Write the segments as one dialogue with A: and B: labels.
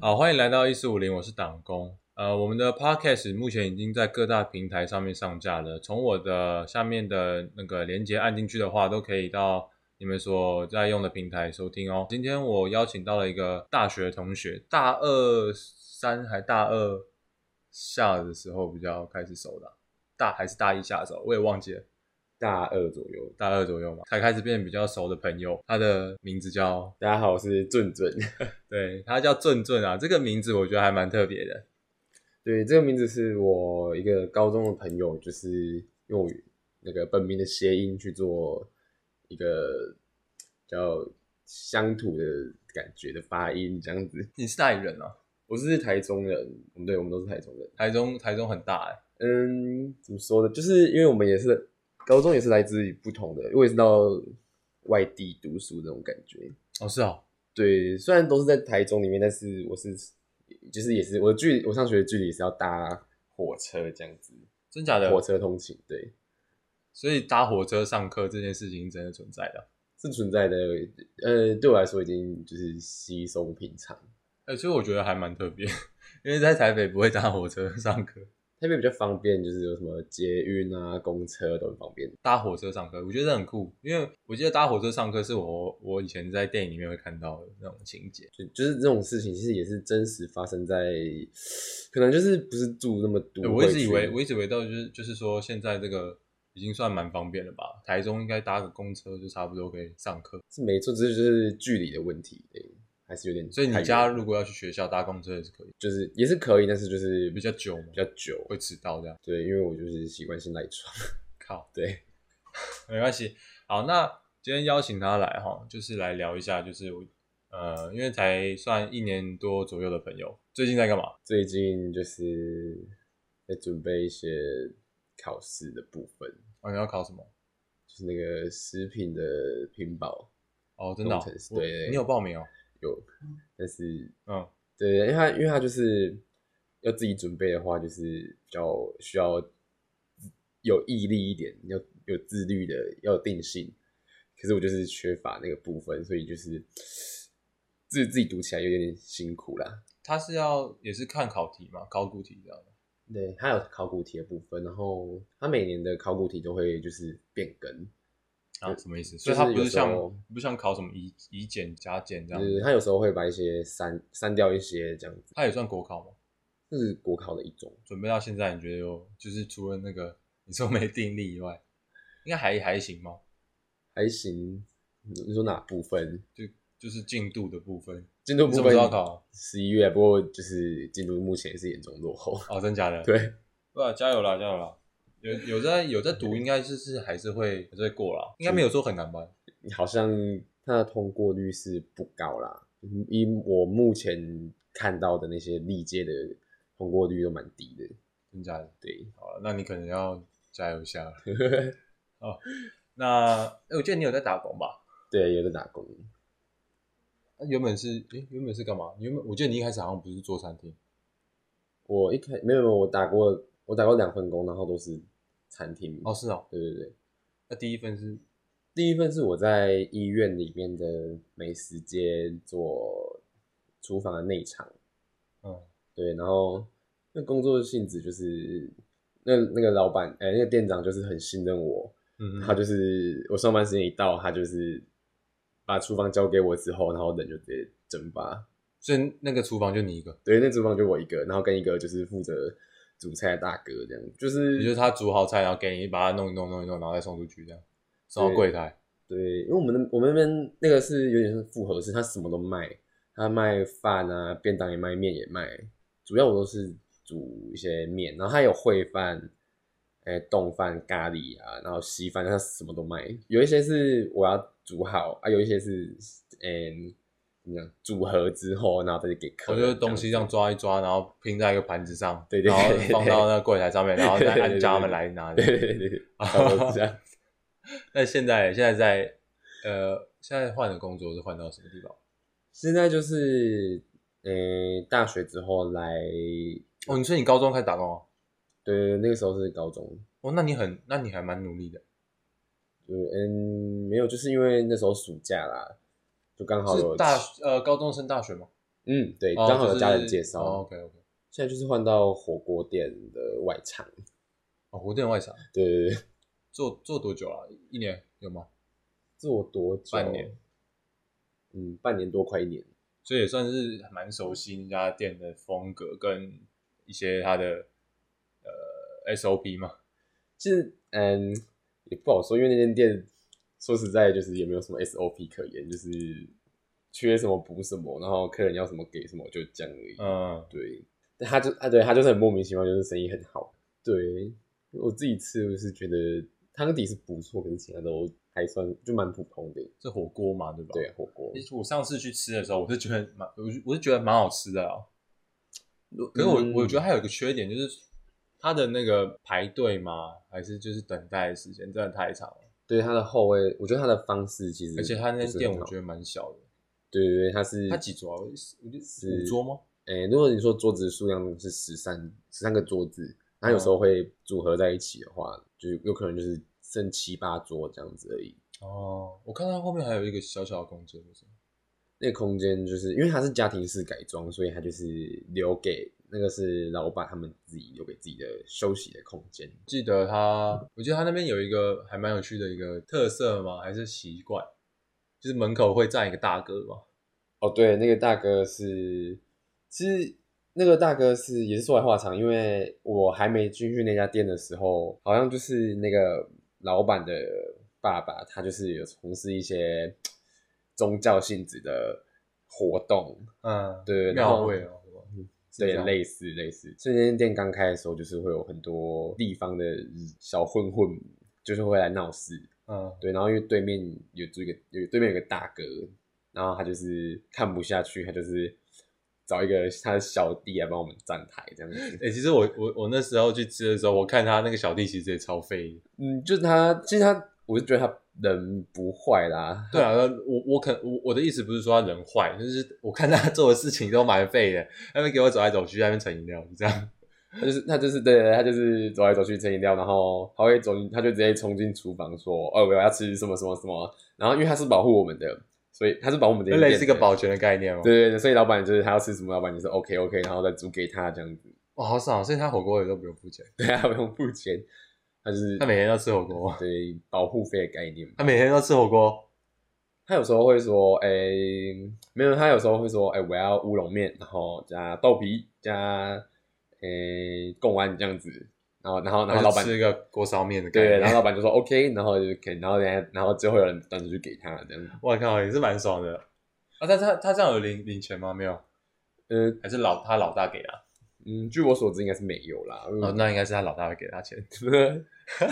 A: 欢迎来到一四五零，我是党工。呃，我们的 podcast 目前已经在各大平台上面上架了，从我的下面的那个连接按进去的话，都可以到你们所在用的平台收听哦。今天我邀请到了一个大学同学，大二三还大二下的时候比较开始熟的啊，大还是大一下的时候，我也忘记了。
B: 大二左右。
A: 大二左右嘛，才开始变比较熟的朋友。他的名字叫，
B: 大家好，我是俊俊。
A: 对他叫正正啊，这个名字我觉得还蛮特别的。
B: 对，这个名字是我一个高中的朋友，就是用我那个本名的谐音去做一个比较乡土的感觉的发音，这样子。
A: 你是哪里人啊？
B: 我是台中人，我们对，我们都是台中人。
A: 台中，台中很大哎、
B: 嗯，怎么说呢？就是因为我们也是高中，也是来自于不同的，我也是到外地读书那种感觉。
A: 哦，是哦，
B: 对，虽然都是在台中里面，但是我是就是也是我的距离，我上学的距离也是要搭火车这样子，
A: 真假的
B: 火？车通勤，对，
A: 所以搭火车上课这件事情真的存在的啊。
B: 是存在的。呃，对我来说已经就是稀松平常。
A: 哎、其实我觉得还蛮特别，因为在台北不会搭火车上课，
B: 台北比较方便，就是有什么捷运啊、公车都很方便。
A: 搭火车上课，我觉得很酷。因为我记得搭火车上课是我我以前在电影里面会看到的那种情节。
B: 就就是这种事情，其实也是真实发生在，可能就是不是住那么多、
A: 对我一直以为，我一直以为到就是就是说，现在这个已经算蛮方便了吧？台中应该搭个公车就差不多可以上课。
B: 是没错，只是就是距离的问题，对，还是有点
A: 所以
B: 太远了。
A: 你家如果要去学校搭公车也是可以，
B: 就是也是可以，但是就是
A: 比较久嘛
B: 比较久，
A: 会迟到这样。
B: 对，因为我就是习惯性赖床。
A: 靠，
B: 对，
A: 没关系。好，那今天邀请他来哈，就是来聊一下，就是我呃，因为才算一年多左右的朋友，最近在干嘛？
B: 最近就是在准备一些考试的部分，
A: 啊，你要考什么？
B: 就是那个食品的品保
A: 哦，真的哦、
B: 工程师
A: 我
B: 对
A: 你有报名哦？
B: 有，但是
A: 嗯，
B: 对，因为他因为他就是要自己准备的话，就是比较需要有毅力一点，要有自律的，要有定性。可是我就是缺乏那个部分，所以就是自自己读起来有点辛苦啦。
A: 他是要也是看考题嘛，考古题这样的。
B: 对，它有考古题的部分，然后它每年的考古题都会就是变更，
A: 啊，
B: 对
A: 什么意思？所
B: 就
A: 以他
B: 是
A: 不
B: 有
A: 是
B: 时
A: 像
B: 候嗯
A: 不像考什么乙乙检、甲检这
B: 就
A: 样，
B: 是它有时候会把一些删删掉一些这样子，
A: 他也算国考吗？
B: 这是国考的一种。
A: 准备到现在，你觉得有就是除了那个你说没定力以外，应该还还行吗？
B: 还行，你你说哪部分？
A: 就就是进度的部分，
B: 进度
A: 你什
B: 部
A: 么
B: 分
A: 时候要考？
B: 十一月，不过就是进度目前也是严重落后。
A: 哦，真假的？，
B: 对，
A: 对啊，加油啦，加油啦！有有在有在读，应该就是还是会还是会过啦，应该没有说很难吧？
B: 好像它的通过率是不高啦，嗯以我目前看到的那些历届的通过率都蛮低的。
A: 真假的？
B: 对，
A: 好了，那你可能要加油一下了。 哦，那哎、我记得你有在打工吧？
B: 对，有在打工。
A: 那原本是哎、原本是干嘛？原本我记得你一开始好像不是做餐厅。
B: 我一开没有没有，我打过我打过两份工，然后都是餐厅。
A: 哦，，是哦，
B: 对对对，
A: 那第一份是
B: 第一份是我在医院里面的美食街做厨房的内场。
A: 嗯，
B: 对，然后那工作性质就是那那个老板，哎、那个店长就是很信任我，
A: 嗯
B: 他就是我上班时间一到，他就是把厨房交给我之后，然后人就直接蒸发。
A: 所以那个厨房就你一个，
B: 对，那厨房就我一个，然后跟一个就是负责煮菜的大哥这样，就是
A: 也就是他煮好菜，然后给你把它弄一弄弄一弄，然后再送出去这样，送到柜台。
B: 对，因为我们的我们那边那个是有点像复合式，他什么都卖，他卖饭啊，便当也卖，面也卖，主要我都是煮一些面，然后他有烩饭，哎、冻饭、咖喱啊，然后稀饭，他什么都卖，有一些是我要煮好啊，有一些是嗯、怎么讲，组合之后，然后再给客
A: 我觉
B: 人这样
A: 得
B: 子。
A: 哦东西这样抓一抓，然后拼在一个盘子上，
B: 对对对
A: 然后放到那个柜台上面，然后再按叫他们来拿。
B: 对，对对 对对，差不多是这样。
A: 那现在现在在呃，现在换的工作是换到什么地方？
B: 现在就是呃、大学之后来，
A: 哦，你说你高中开始打工哦？
B: 对，那个时候是高中。
A: 哦，那你很，那你还蛮努力的，
B: 就嗯，没有，就是因为那时候暑假啦，就刚好有
A: 是大
B: 期
A: 呃高中升大学吗？
B: 嗯，对，
A: 哦
B: 刚好
A: 就
B: 有
A: 是
B: 家人介绍，
A: 哦 OK OK，
B: 现在就是换到火锅店的外场，
A: 哦，火店外场
B: 对对对，
A: 做做多久了？一年有吗？
B: 做多久？
A: 半年，
B: 嗯，半年多，快一年。
A: 所以也算是蛮熟悉那家店的风格跟一些它的呃 SOP 嘛。
B: 其实，嗯，也不好说，因为那间店说实在就是也没有什么 SOP 可言，就是缺什么补什么，然后客人要什么给什么，就这样而已。
A: 嗯，
B: 对，但他就啊，对他就是很莫名其妙，就是生意很好。对我自己吃，我是觉得汤底是不错，可是其他都还算就蛮普通的。
A: 是火锅嘛，对吧？
B: 对，啊火锅，
A: 啊其实我上次去吃的时候，我是觉得蛮，我是我是觉得蛮好吃的啊。可是我、
B: 嗯
A: 我觉得还有一个缺点就是，它的那个排队嘛，还是就是等待的时间真的太长了。
B: 对它的后味，我觉得它的方式其实，
A: 而且它那间店我觉
B: 得，
A: 得蛮小的，
B: 对对对，它是
A: 它几桌啊？我我就是五桌吗？
B: 诶、如果你说桌子数量是十三十三个桌子，那有时
A: 嗯
B: 候会组合在一起的话，就是有可能就是剩七八桌这样子而已。
A: 哦，我看到后面还有一个小小的空间，就是
B: 那个空间就是因为它是家庭式改装，所以它就是留给那个是老板他们自己留给自己的休息的空间。
A: 记得他，我记得他那边有一个还蛮有趣的一个特色嘛，还是习惯，就是门口会站一个大哥嘛。
B: 哦，对，那个大哥是，其实那个大哥是也是说来话长，因为我还没进去那家店的时候，好像就是那个老板的爸爸，他就是有从事一些宗教性质的活动，
A: 嗯，
B: 对然
A: 庙
B: 后
A: 会哦，是吧是这
B: 对，
A: 样
B: 类似类似。所以那间店刚开的时候，就是会有很多地方的小混混，就是会来闹事，
A: 嗯，
B: 对，然后因为对面有住一个有对面有个大哥，然后他就是看不下去，他就是找一个他的小弟来帮我们站台这样子。
A: 哎、其实我我我那时候去吃的时候，我看他那个小弟其实也超废的。
B: 嗯，就是他，其实他，我就觉得他人不坏啦。
A: 对啊，我我可我我的意思不是说他人坏，就是我看他做的事情都蛮废的，那边给我走来走去，在那边盛饮料，就这样。
B: 他就是他就是对，对他就是走来走去吃饮料，然后他会走进，他就直接冲进厨房说：“哦，我要吃什么什么什么。”然后因为他是保护我们的，所以他是保护我们的，
A: 类似一个保。全的概念哦。
B: 对，对对，所以老板就是他要吃什么，老板就是 OK OK，然后再煮给他这样子，
A: 哇，好爽！哦所以他火锅也都不用付钱，
B: 对他不用付钱，他就是
A: 他每天要吃火锅吗，
B: 对保护费的概念吧。
A: 他每天都吃火锅。
B: 他有时候会说，哎、没有，他有时候会说，哎、我要乌龙面，然后加豆皮，加哎贡丸这样子，然后然后然后
A: 他
B: 老
A: 就
B: 板
A: 吃一个锅烧面的概念，
B: 对，然后老板就说 OK，然后就可以，然后人家然后最后有人端出去给他这样子。
A: 我靠，也是蛮爽的。啊，但他他这样有领领钱吗？没有，
B: 呃
A: 还是老他老大给啊？
B: 嗯，据我所知应该是没有啦。
A: 哦，
B: 嗯
A: 那应该是他老大会给他钱。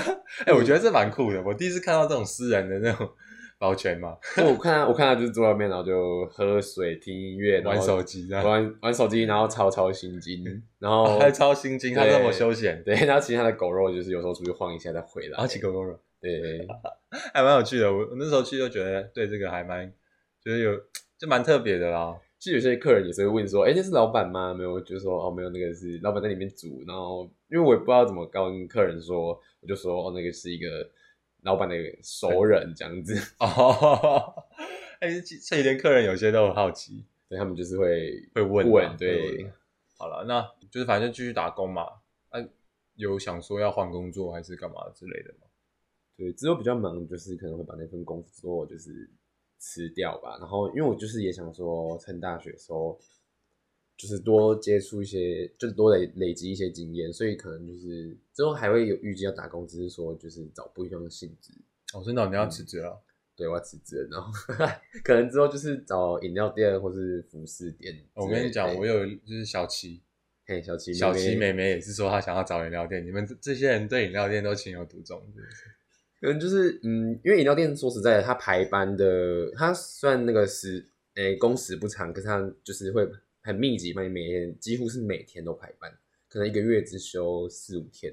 A: 哎、我觉得这蛮酷的。我第一次看到这种私人的那种 保全嘛，
B: 因为我看他，我看他就是坐外面，然后就喝水、听音乐、然后
A: 玩手机啊这样，
B: 玩玩手机，然后操操心经，然后
A: 哦他超心惊，他
B: 对
A: 这么休闲，
B: 对，然后其他的狗肉就是有时候出去晃一下再回来。
A: 然后骑狗狗肉，
B: 对，
A: 还蛮有趣的。我我那时候去就觉得对这个还蛮，就是有就蛮特别的啦。
B: 其实有些客人也是会问说：“哎、那是老板吗？”没有，我就说：“哦，没有，那个是老板在里面煮。”然后因为我也不知道怎么跟客人说，我就说：“哦，那个是一个老板的熟人这样子。
A: 哦， 哎、其所以连客人有些都很好奇，
B: 所以他们就是会
A: 会问啊
B: 问，
A: 会
B: 对
A: 问，好了，那就是反正就继续打工嘛。啊，有想说要换工作还是干嘛之类的吗？
B: 对，之后比较忙，就是可能会把那份工作就是辞掉吧。然后，因为我就是也想说，趁大学的时候，就是多接触一些，就是多累累积一些经验，所以可能就是之后还会有预计要打工，只是说就是找不一样的性质。
A: 哦，真的哦、你要辞职了？
B: 对，我要辞职了，然后 可能之后就是找饮料店或是服饰店之类的。
A: 我跟你讲，我
B: 有
A: 有就是小齐，
B: 嘿小七妹妹
A: 小齐妹妹也是说她想要找饮料店。你们这这些人对饮料店都情有独钟，是不是
B: 可能就是嗯，因为饮料店说实在的，它排班的，它虽然那个时诶、工时不长，可是它就是会很密集嘛，你每天几乎是每天都排班，可能一个月只休四五天，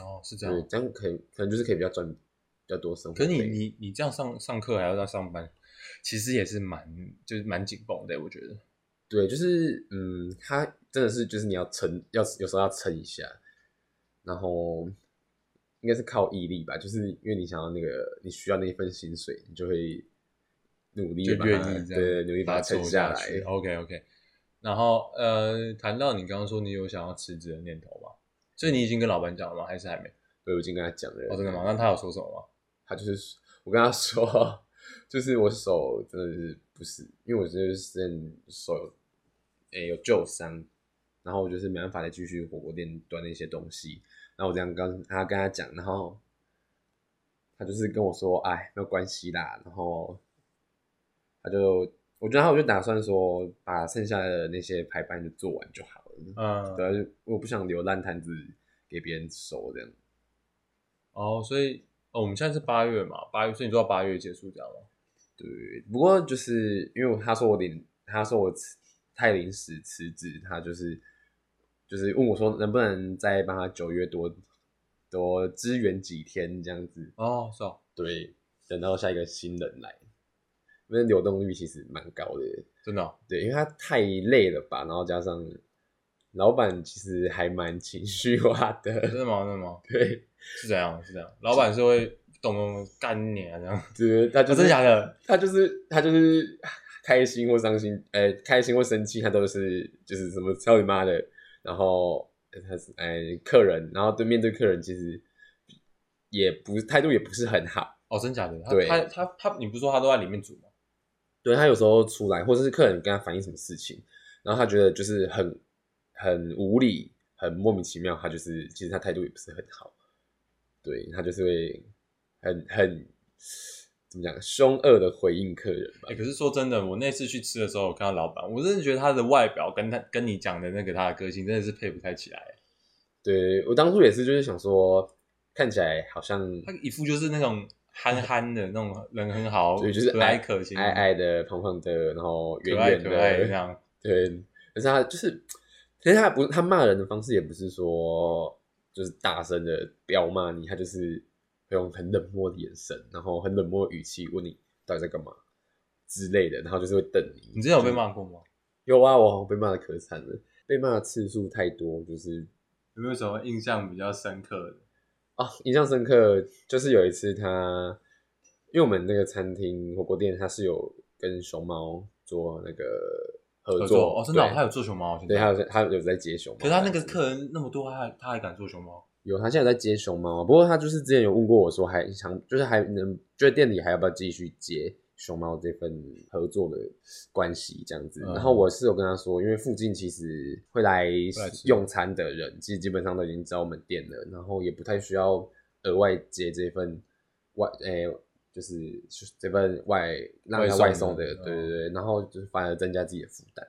A: 哦，是这
B: 对，
A: 样。
B: 这样可以可能就是可以比较赚比较多生活
A: 可
B: 费。
A: 是你你你这样上上课还要再上班，其实也是蛮就是蛮紧绷的，我觉得。
B: 对，就是嗯，它真的是就是你要撑，要有时候要撑一下，然后应该是靠毅力吧，就是因为你想要那个你需要那一份薪水，你就会努力
A: 就
B: 把
A: 愿
B: 它
A: 意这样，
B: 对，努力把它
A: 做
B: 撑下来。
A: 去 OK OK，然后呃，谈到你刚刚说你有想要辞职的念头吗？所以你已经跟老板讲了吗？还是还没？
B: 对，我已经跟他讲了。
A: 哦，真的吗？那他有说什么吗？
B: 他就是我跟他说， 就是我手真的是不是，因为我就是之前手有诶、有旧伤，然后我就是没办法再继续火锅店端那些东西。然后我这样跟他跟他讲，然后他就是跟我说：“哎，没有关系啦。”然后他就我觉得他我就打算说，把剩下的那些排班就做完就好了。
A: 嗯，
B: 对啊，就我不想留烂摊子给别人收这样。
A: 哦，所以哦，我们现在是八月嘛，八月，所以你说八月结束这样吗？
B: 对，不过就是因为他说我临，他说我辞太临时辞职，他就是就是问我说能不能再帮他九月多多支援几天这样子。
A: 哦，是哦，
B: 对，等到下一个新人来，因为流动率其实蛮高的。
A: 真的哦、
B: 对，因为他太累了吧，然后加上老板其实还蛮情绪化
A: 真
B: 的，
A: 的吗？真的吗？
B: 对，
A: 是这样，是这样，老板是会动不动干你啊这样， 啊
B: 就是他就是
A: 真的假的？
B: 他就是他就是开心或伤心，呃、开心或生气，他都是就是什么操你妈的，然后呃他是哎客人，然后对面对客人其实也不态度也不是很好，
A: 哦，真假的？他
B: 对
A: 他他他，你不是说他都在里面煮吗？
B: 对他有时候出来或者是客人跟他反映什么事情，然后他觉得就是很很无理，很莫名其妙，他就是其实他态度也不是很好，对他就是会很很怎么讲凶恶的回应客人吧
A: 哎、，可是说真的，我那次去吃的时候，我看到老板，我真的觉得他的外表跟他跟你讲的那个他的个性，真的是配不太起来。
B: 对我当初也是，就是想说，看起来好像
A: 他一副就是那种 憨憨的那种人很好，
B: 对，就是
A: 和
B: 矮
A: 蔼可亲，
B: 矮矮的、胖胖的，然后
A: 啊可
B: 圆
A: 爱
B: 圆
A: 可爱这
B: 的，
A: 样。
B: 对。但是他就是，其实他不，他骂人的方式也不是说就是大声的彪骂你，他就是会用很冷漠的眼神，然后很冷漠的语气问你到底在干嘛之类的，然后就是会瞪你。
A: 你之前有被骂过吗？
B: 有啊，我被骂的可惨了，被骂的次数太多，就是
A: 有没有什么印象比较深刻的？
B: 啊，印象深刻就是有一次他，因为我们那个餐厅火锅店，它是有跟熊猫做那个合作
A: 合作哦，真的哦、
B: 对
A: 他有做熊猫哦，现在
B: 对，他有在他有在接熊猫，
A: 可是他那个客人那么多，他还他还敢做熊猫？
B: 有他现在在接熊猫，啊不过他就是之前有问过我说还想就是还能就是店里还要不要继续接熊猫这份合作的关系这样子，
A: 嗯
B: 然后我是有跟他说，因为附近其实会来
A: 来吃
B: 用餐的人，其实基本上都已经知道我们店了，然后也不太需要额外接这份外诶、就是这份外让他外
A: 外
B: 送
A: 送的
B: 的，对对对，然后就是反而增加自己的负担，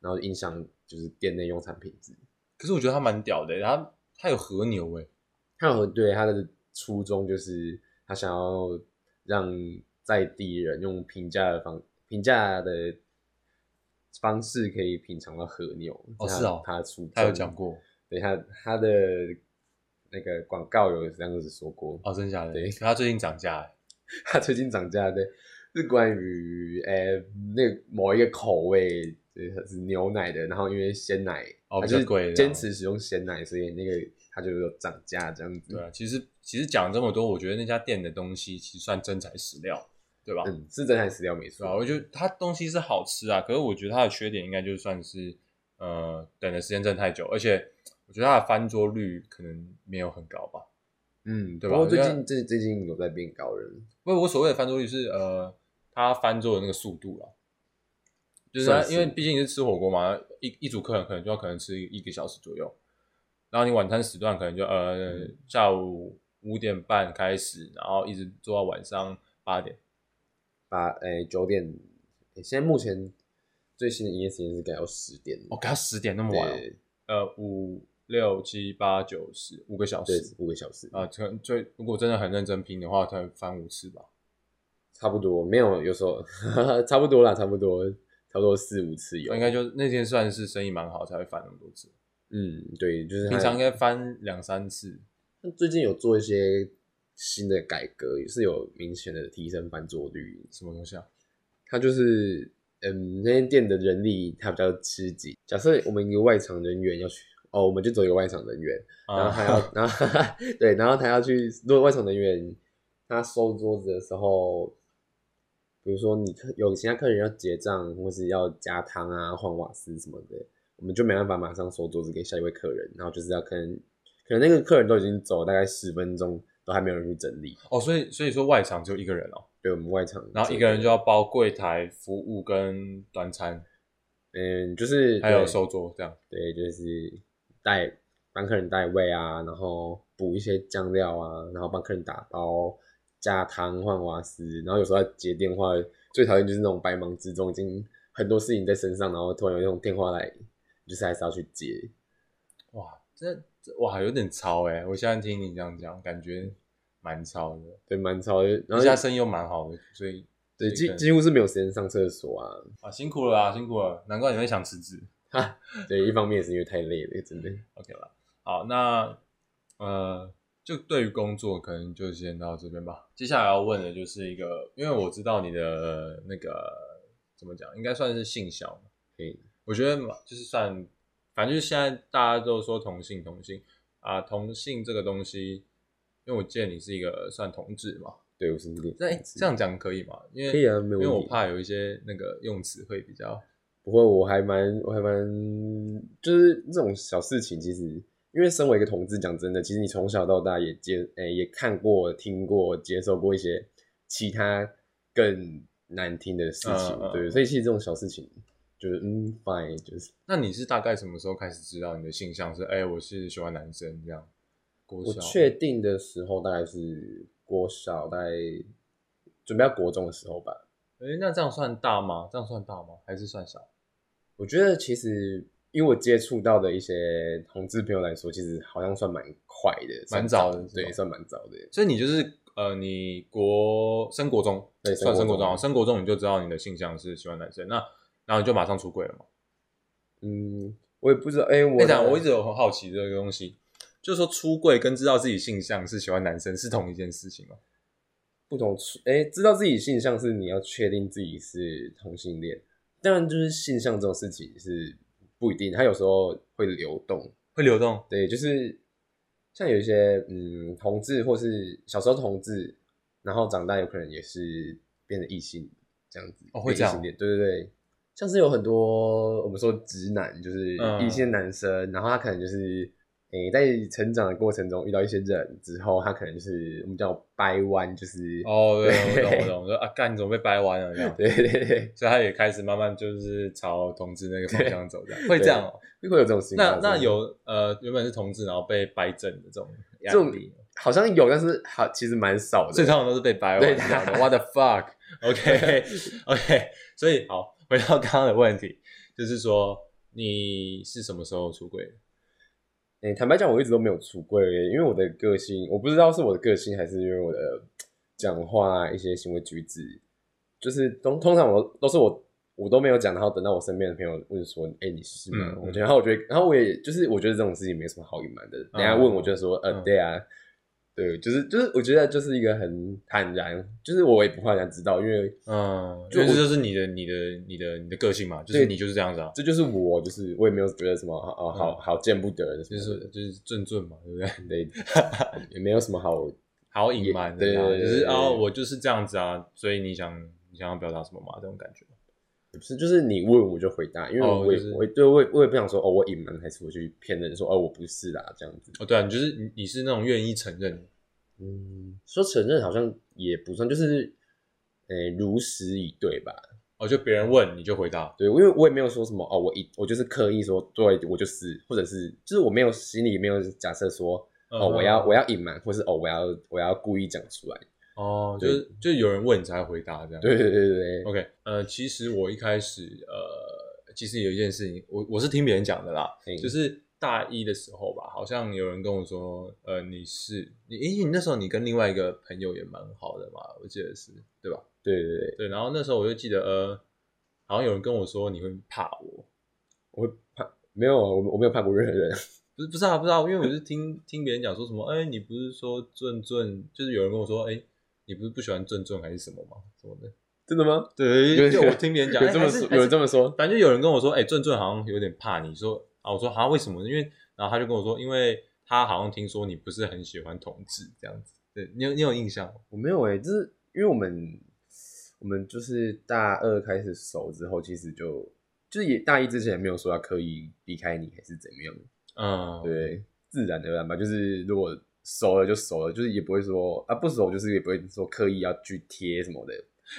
B: 然后影响就是店内用餐品质。
A: 可是我觉得他蛮屌的，欸他他有和牛哎，
B: 他有对他的初衷就是他想要让在地人用平价的方平价的方式可以品尝到和牛。
A: 哦
B: 这他
A: 是哦
B: 他的初衷
A: 他有讲，过
B: 对他他的那个广告有这样子说过。
A: 哦，真假的？
B: 对
A: 可他最近涨价哎，
B: 他最近涨价的是关于呃那个某一个口味。对它是牛奶的，然后因为鲜奶，
A: 哦
B: 他
A: 比较
B: 就是
A: 贵这样
B: 坚持使用鲜奶，所以那个它就有涨价这样子。
A: 对啊，其实其实讲这么多，我觉得那家店的东西其实算真材实料，对吧？
B: 嗯，是真材实料没
A: 是
B: 错。
A: 吧？我觉得它东西是好吃啊，可是我觉得它的缺点应该就算是呃等的时间真的太久，而且我觉得它的翻桌率可能没有很高吧。
B: 嗯，
A: 对
B: 不过
A: 吧
B: 最
A: 因为
B: 近最最近有在变高人，
A: 不，我所谓的翻桌率是呃，它翻桌的那个速度啦，就是它
B: 算是
A: 因为毕竟你是吃火锅嘛，一一组客人可能就要可能吃一个小时左右，然后你晚餐时段可能就呃、下午五点半开始，然后一直做到晚上八点。
B: 把诶九点，诶现在目前最新的 E 营业时间是改到十点。
A: 哦，给他十点那么晚哦、
B: 对
A: 呃，五六七八九十五个小
B: 对
A: 时，
B: 五个小时
A: 啊，可能最如果真的很认真拼的话，可能翻五次吧。
B: 差不多没有，有时候 差不多啦，差不多差不多四五次有。
A: 应该就那天算是生意蛮好才会翻那么多次，
B: 嗯，对，就是
A: 平常应该
B: 他
A: 翻两三次。
B: 最近有做一些新的改革，也是有明显的提升翻桌率。
A: 什么东西啊？
B: 它就是嗯，那间店的人力它比较吃紧。假设我们一个外场人员要去，哦，我们就走一个外场人员。然
A: 啊
B: 后 他要， 然后对，然后他要去，如果外场人员他收桌子的时候，比如说你客有其他客人要结账，或是要加汤啊、换瓦斯什么的，我们就没办法马上收桌子给下一位客人，然后就是要可能可能那个客人都已经走了大概十分钟，都还没有人去整理，
A: 哦，所以所以说外场只有一个人哦，
B: 对我们外场，
A: 然后一个人就要包柜台服务跟端餐，
B: 嗯，就是
A: 还有
B: 对
A: 收桌这样。
B: 对，就是带帮客人带位啊，然后补一些酱料啊，然后帮客人打包、加汤、换瓦斯，然后有时候要接电话，最讨厌就是那种百忙之中已经很多事情在身上，然后突然有那种电话来，就是还是要去接。
A: 哇，这这哇有点超哎！我现在听你这样讲，感觉蛮超的，
B: 对，蛮超的，然
A: 然
B: 后
A: 后现在生意又蛮好的，所以所
B: 对
A: 以
B: 几
A: 可能
B: 几乎是没有时间上厕所啊。
A: 啊辛苦了啊，辛苦了，难怪你会想辞职。
B: 对，一方面也是因为太累了，真的。
A: OK 了，好，那呃，就对于工作可能就先到这边吧。接下来要问的就是一个，因为我知道你的呃那个怎么讲，应该算是性小嘛
B: 嗯，
A: 我觉得嘛就是算，反正就是现在大家都说同性同性啊，同性这个东西，因为我见你是一个算同志嘛，
B: 对，我是有点
A: 那、诶这样讲可以吗？因为
B: 可以啊没
A: 因
B: 有
A: 为
B: 问
A: 我
B: 题
A: 怕有一些那个用词会比较
B: 不过我还蛮，我还蛮，就是这种小事情，其实因为身为一个同志，讲真的，其实你从小到大也接，诶、也看过、听过、接受过一些其他更难听的事情，
A: 嗯嗯嗯
B: 对，所以其实这种小事情，就是嗯，fine，就是
A: 那你是大概什么时候开始知道你的性向是？哎、我是喜欢男生这样。国
B: 我
A: 小
B: 确定的时候大概是国小，大概准备要国中的时候吧，
A: 哎、那这样算大吗？这样算大吗？还是算小？
B: 我觉得其实，因为我接触到的一些同志朋友来说，其实好像算蛮快的，
A: 蛮
B: 算
A: 早的是吧
B: 对，算蛮早的。
A: 所以你就是呃，你国升国中，
B: 对
A: 算
B: 升
A: 升国
B: 国中
A: 中啊，升国中你就知道你的性向是喜欢男生，那然后你就马上出柜了嘛？
B: 嗯，我也不知道，哎、我
A: 我讲，我一直有很好奇这个东西，就是说出柜跟知道自己性向是喜欢男生是同一件事情吗？
B: 不同处，哎、知道自己性向是你要确定自己是同性恋，当然就是性向这种事情是不一定，它有时候会流动，
A: 会流动？
B: 对，就是像有一些嗯同志或是小时候同志，然后长大有可能也是变成异性这样子，
A: 哦会
B: 变
A: 这样
B: 异性恋，对对对，像是有很多我们说直男，就是
A: 嗯
B: 异性男生，然后他可能就是诶、在成长的过程中遇到一些人之后，他可能就是我们叫掰弯，就是
A: 哦，对，
B: 对
A: 我懂，我懂。我说啊，干，你怎么被掰弯了这样？
B: 对对对
A: 所以他也开始慢慢就是朝同志那个方向走，这样会这样、哦。
B: 对，啊会有这种情
A: 那
B: 况。
A: 那有呃原本是同志，然后被掰正的这种压
B: 这种
A: 力，
B: 好像有，但是好其实蛮少的，
A: 所以他们都是被掰
B: 对
A: 弯这样的。What the fuck？OK OK，所以好，回到刚刚的问题，就是说你是什么时候出轨？
B: 诶、坦白讲，我一直都没有出柜，因为我的个性，我不知道是我的个性，还是因为我的讲话一些行为举止，就是通通常我都都是我我都没有讲，然后等到我身边的朋友问说，哎、你是吗？
A: 嗯
B: 我觉得，然后我觉得，然后我也就是我觉得这种事情没什么好隐瞒的，人家问我就说，
A: 嗯
B: 呃，对啊，对，就是就是我觉得就是一个很坦然，就是我也不怕人家知道，因为
A: 嗯，
B: 就
A: 就
B: 我
A: 是就是你的你的你的你的个性嘛，就是
B: 对
A: 你就是这样子啊，
B: 这就是我，就是我也没有觉得什么哦，好好见不得人什
A: 嗯就
B: 么的，
A: 是就是正正嘛，对不对？
B: 对，也没有什么好。
A: 好隐瞒的
B: 也
A: 啊，
B: 对对
A: 就是
B: 对对
A: 啊，
B: 对
A: 我就是这样子啊，所以你想你想要表达什么嘛？这种感觉。
B: 不是，就是你问我就回答，因为
A: 哦
B: 我也、
A: 就是
B: 我也对我也我也不想说哦，我隐瞒还是我去骗人说哦我不是啦这样子。
A: 哦，对啊，你就是你，你是那种愿意承认的，
B: 嗯，说承认好像也不算，就是呃如实以对吧？
A: 哦，就别人问你就回答，
B: 对，因为我也没有说什么哦，我一我就是刻意说对我就是，或者是就是我没有心里没有假设说
A: 嗯
B: 哦我要我要隐瞒，或是哦我要我要故意讲出来。
A: 哦，就是就是有人问你才会回答这样。
B: 对对对对对，
A: ，OK，呃，其实我一开始呃，其实有一件事情，我我是听别人讲的啦，
B: 嗯
A: 就是大一的时候吧，好像有人跟我说，呃，你是你，因为你那时候你跟另外一个朋友也蛮好的嘛，我记得是对吧？
B: 对对对，
A: 对，然后那时候我就记得呃，好像有人跟我说你会怕我，
B: 我会怕没有啊，我我没有怕过任何人。
A: 不是不是啊，不知道、因为我是听听别人讲说什么，哎、你不是说顿顿，就是有人跟我说，哎、你不是不喜欢顿顿还是什么吗？什么的？
B: 真的吗？
A: 对，
B: 有
A: 就我听别人讲，
B: 有
A: 哎
B: 这么
A: 还是
B: 说，
A: 还是
B: 有这么说，
A: 反正有人跟我说，哎、顿顿好像有点怕你说啊，我说啊，为什么呢？因为然后他就跟我说，因为他好像听说你不是很喜欢同志这样子，对你有你有印象吗？
B: 欸我没有哎、就是因为我们我们就是大二开始熟之后，其实就就是也大一之前也没有说要刻意避开你还是怎么样，
A: 嗯，
B: 对，自然而然吧。就是如果熟了就熟了，就是也不会说啊不熟，就是也不会说刻意要去贴什么的。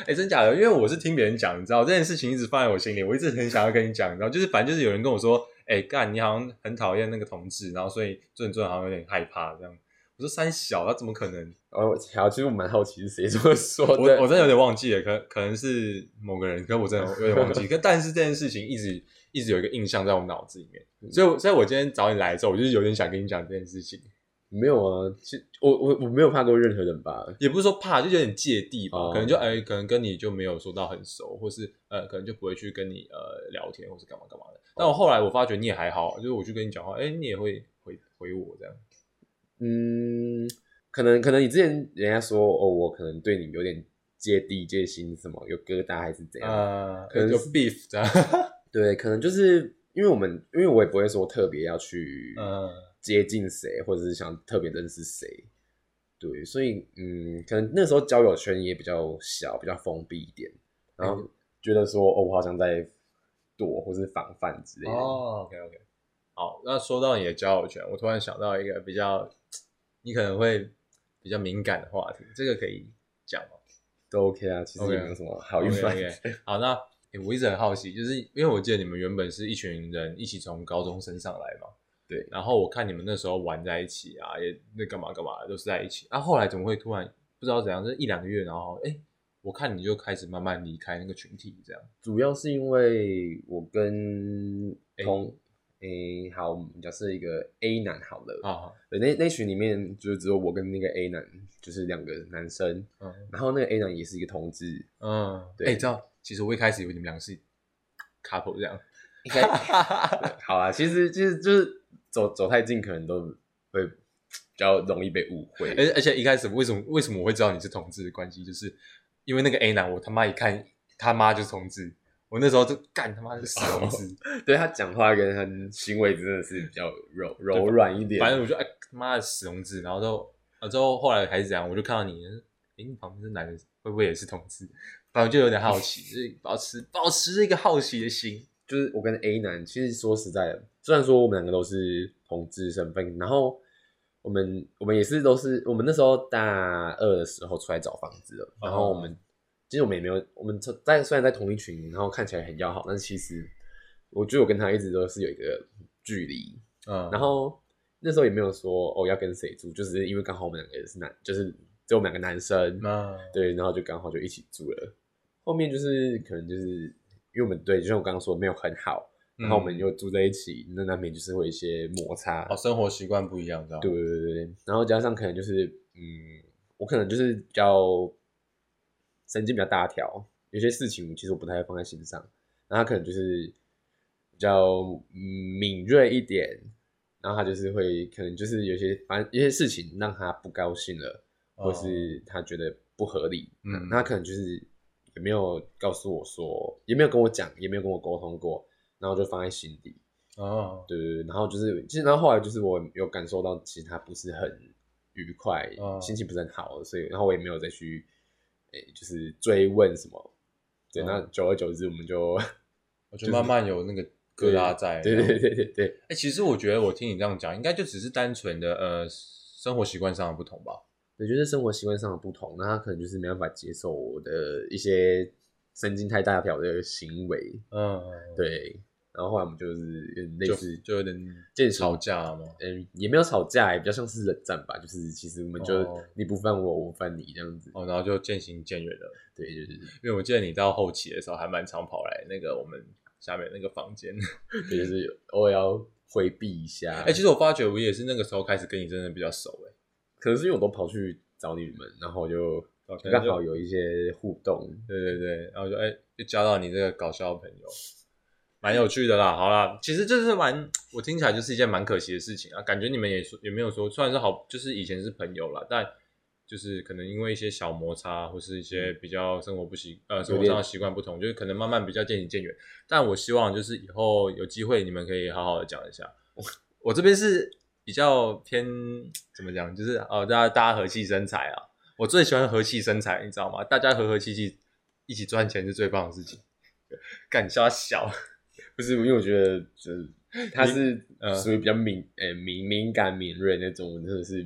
A: 哎，真假的？因为我是听别人讲，你知道这件事情一直放在我心里，我一直很想要跟你讲，你知道，就是反正就是有人跟我说，哎，干，你好像很讨厌那个同志，然后所以最近最近好像有点害怕这样。我说三小，那怎么可能？
B: 然后好，其实我蛮好奇是谁这么说
A: 我
B: 的。
A: 我真的有点忘记了，可可能是某个人，可我真的有点忘记。可但是这件事情一直一直有一个印象在我脑子里面，所以我所以我今天找你来的时候，我就是有点想跟你讲这件事情，
B: 没有啊，其实我我我没有怕过任何人吧。
A: 也不是说怕，就有点芥蒂吧，
B: 哦
A: 可能就哎、可能跟你就没有说到很熟，或是呃，可能就不会去跟你呃聊天，或是干嘛干嘛的。但我后来我发觉你也还好，就是我去跟你讲话，哎、你也会回回我这样。
B: 嗯，可能可能你之前人家说哦，我可能对你有点芥蒂、戒心什么，有疙瘩还是怎样？
A: 呃，
B: 可能
A: 就是 beef 这样，
B: 对，可能就是因为我们，因为我也不会说特别要去
A: 嗯
B: 接近谁，或者是想特别认识谁。对，所以嗯，可能那时候交友圈也比较小，比较封闭一点，然
A: 嗯
B: 后觉得说哦，我好像在躲或是防范之类的。
A: 哦，OK OK，好，那说到你的交友圈，我突然想到一个比较，你可能会比较敏感的话题，这个可以讲吗？
B: 都 OK 啊，其实
A: OK
B: 也没有什么好预防。
A: OK，OK 好，那、诶我一直很好奇，就是因为我记得你们原本是一群人一起从高中升上来嘛，
B: 对
A: 然后我看你们那时候玩在一起啊，也那干嘛干嘛的都是在一起，啊，后来怎么会突然不知道怎样，就是一两个月，然后哎、诶我看你就开始慢慢离开那个群体，这样，
B: 主要是因为我跟
A: A
B: 同诶、好，我们假设一个 A 男好了，
A: 啊，
B: 对，那那群里面就是只有我跟那个 A 男，就是两个男生，
A: 嗯
B: 然后那个 A 男也是一个同志，
A: 嗯，
B: 对
A: 哎、你知道，其实我一开始以为你们两个是 couple 这样。
B: 应该 好啦，其实其实就是走走太近，可能都会比较容易被误会。
A: 而而且一开始为什么为什么我会知道你是同志的关系，就是因为那个 A 男，我他妈一看他妈就是同志，我那时候就干他妈就是死同 志，
B: 对他讲话跟他行为真的是比较柔柔软一点，
A: 反正我就哎他妈的死同志，然后就啊之后后来还是这样，我就看到你，诶、你旁边这男的会不会也是同志？反正就有点好奇，就是保持 保持着一个好奇的心。
B: 就是我跟 A 男，其实说实在的，虽然说我们两个都是同志身份，然后我们我们也是都是我们那时候大二的时候出来找房子了，然后我们、其实我们也没有，我们在虽然在同一群，然后看起来很要好，但是其实我觉得我跟他一直都是有一个距离，
A: 嗯
B: 然后那时候也没有说哦要跟谁住，就只是因为刚好我们两个也是男，就是只有我们两个男生，
A: 那
B: 对，然后就刚好就一起住了。后面就是可能就是因为我们对，就像我刚刚说没有很好，然后我们
A: 嗯
B: 又住在一起，那难免就是会有一些摩擦。
A: 哦生活习惯不一样，知道吗？
B: 对对对对，然后加上可能就是嗯，我可能就是比较神经比较大条，有些事情其实我不太会放在心上，然后他可能就是比较嗯敏锐一点，然后他就是会可能就是有些反正一些事情让他不高兴了。或
A: 哦
B: 是他觉得不合理，
A: 嗯
B: 嗯，那他可能就是也没有告诉我说，也没有跟我讲，也没有跟我沟通过，然后就放在心底，
A: 哦
B: 对对对，然后就是，其实然后后来就是我有感受到，其实他不是很愉快，
A: 哦
B: 心情不是很好，所以然后我也没有再去，诶、就是追问什么，对，
A: 哦
B: 那久而久之我们就，
A: 我就慢慢有那个疙瘩在，
B: 对
A: 然后
B: 对对对对，
A: 哎、其实我觉得我听你这样讲，应该就只是单纯的呃生活习惯上的不同吧。
B: 我觉得生活习惯上的不同，那他可能就是没办法接受我的一些神经太大条的行为，
A: 嗯，
B: 对，然后后来我们就是有点类
A: 就
B: 似，
A: 就有点
B: 渐行
A: 吵架嘛。
B: 嗯，也没有吵架，也比较像是冷战吧。就是其实我们就、
A: 哦
B: 你不犯我，我不犯你这样子。
A: 哦，然后就渐行渐远了。
B: 对，就是
A: 因为我记得你到后期的时候，还蛮常跑来那个我们下面那个房间。
B: 对，就是偶尔要回避一下。
A: 哎、其实我发觉我也是那个时候开始跟你真的比较熟哎、
B: 可能是因为我都跑去找你们，然后就
A: 哦可能
B: 刚
A: 就
B: 好有一些互动。
A: 对对对，然后就哎、就交到你这个搞笑的朋友，蛮有趣的啦。好啦，其实这是蛮我听起来就是一件蛮可惜的事情啊。感觉你们也说也没有说，虽然是好，就是以前是朋友啦，但就是可能因为一些小摩擦或是一些比较生活不习呃生活上的习惯不同，就是可能慢慢比较渐行渐远。但我希望就是以后有机会你们可以好好的讲一下。我这边是比较偏怎么讲，就是哦，大家大家和气生财啊。我最喜欢和气生财，你知道吗？大家和和气气一起赚钱是最棒的事情。干瞎小，
B: 不是，因为我觉得就是他是
A: 呃
B: 属于比较敏呃敏敏感敏锐那种，我真的是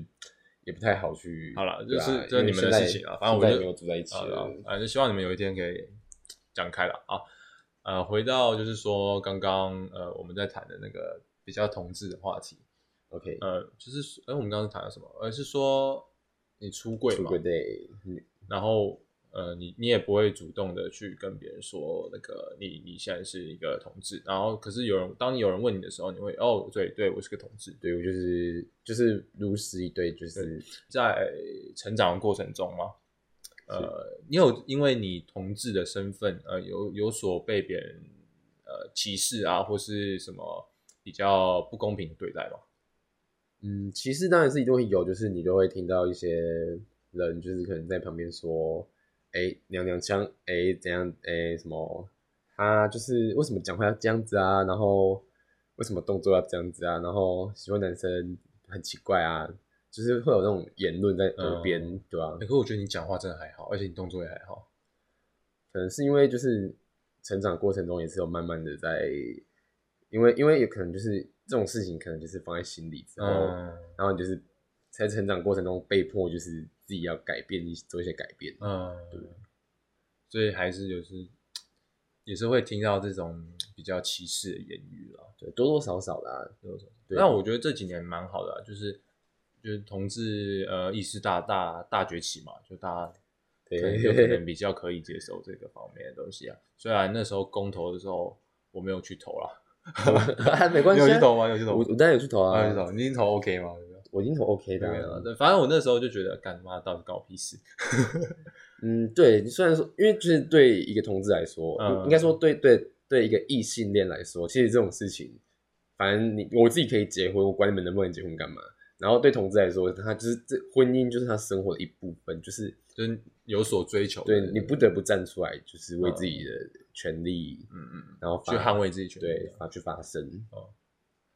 B: 也不太好去。
A: 好啦
B: 对啊
A: 就是这是你们的
B: 因为现在
A: 事情啊反正我
B: 现在
A: 就
B: 没有住在一起
A: 啊，
B: 了。
A: 啊，就希望你们有一天可以讲开了啊。呃，回到就是说刚刚呃我们在谈的那个比较同志的话题，
B: OK，
A: 呃，就是哎、我们刚刚是谈了什么？而、是说你出柜
B: 出
A: 嘛，
B: 轨 day，嗯
A: 然后呃你你也不会主动的去跟别人说那个你你现在是一个同志，然后可是有人当有人问你的时候，你会哦对对，我是个同志。
B: 对我就是就是如实一对，就是
A: 在成长的过程中嘛，呃，你有因为你同志的身份，呃，有有所被别人呃歧视啊，或是什么比较不公平的对待吗？
B: 嗯，歧视当然是一定会有，就是你就会听到一些人就是可能在旁边说，哎、娘娘腔，哎、怎样，哎、什么，他就是为什么讲话要这样子啊，然后为什么动作要这样子啊，然后喜欢男生很奇怪啊，就是会有那种言论在耳边，
A: 嗯
B: 对啊
A: 欸、可，是我觉得你讲话真的还好，而且你动作也还好。
B: 可能是因为就是成长过程中也是有慢慢的在，因为因为也可能就是这种事情可能就是放在心里之后。
A: 嗯
B: 然后你就是在成长过程中被迫就是自己要改变，一做一些改变。
A: 嗯，对。所以还是就是也是会听到这种比较歧视的言语啦。
B: 对，多多少少啦。对
A: 那我觉得这几年蛮好的、啊，就是就是同志呃意识大大大崛起嘛，就大家可能有可能
B: 对，
A: 比较可以接受这个方面的东西啊。虽然那时候公投的时候我没有去投啦，
B: 没 关系啊
A: 你有去投吗？你有去投
B: 我
A: 吗？
B: 我当然有去投
A: 啊，
B: 啊
A: 有去，投，你已经投 OK 吗？
B: 我已经投 OK
A: 对
B: 的
A: 啊
B: 啊。
A: 对，反正我那时候就觉得，干妈到底搞屁事？
B: 嗯，对，虽然说，因为就是对一个同志来说，
A: 嗯
B: 应该说对对对一个异性恋来说，其实这种事情，反正你我自己可以结婚，我管你们能不能结婚干嘛。然后对同志来说，他就是这婚姻就是他生活的一部分，就是
A: 就是有所追求的，
B: 对你不得不站出来，就是为自己的权利，
A: 嗯嗯，
B: 然后
A: 去
B: 发
A: 捍卫自己权利啊，
B: 对发去发声。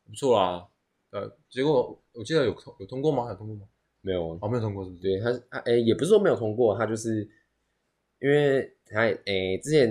A: 不错啦。呃，结果我记得有通有通过吗？有通过吗？
B: 没有，
A: 哦，没有通过，是不是？
B: 对，他是他诶、也不是说没有通过，他就是因为他诶、之前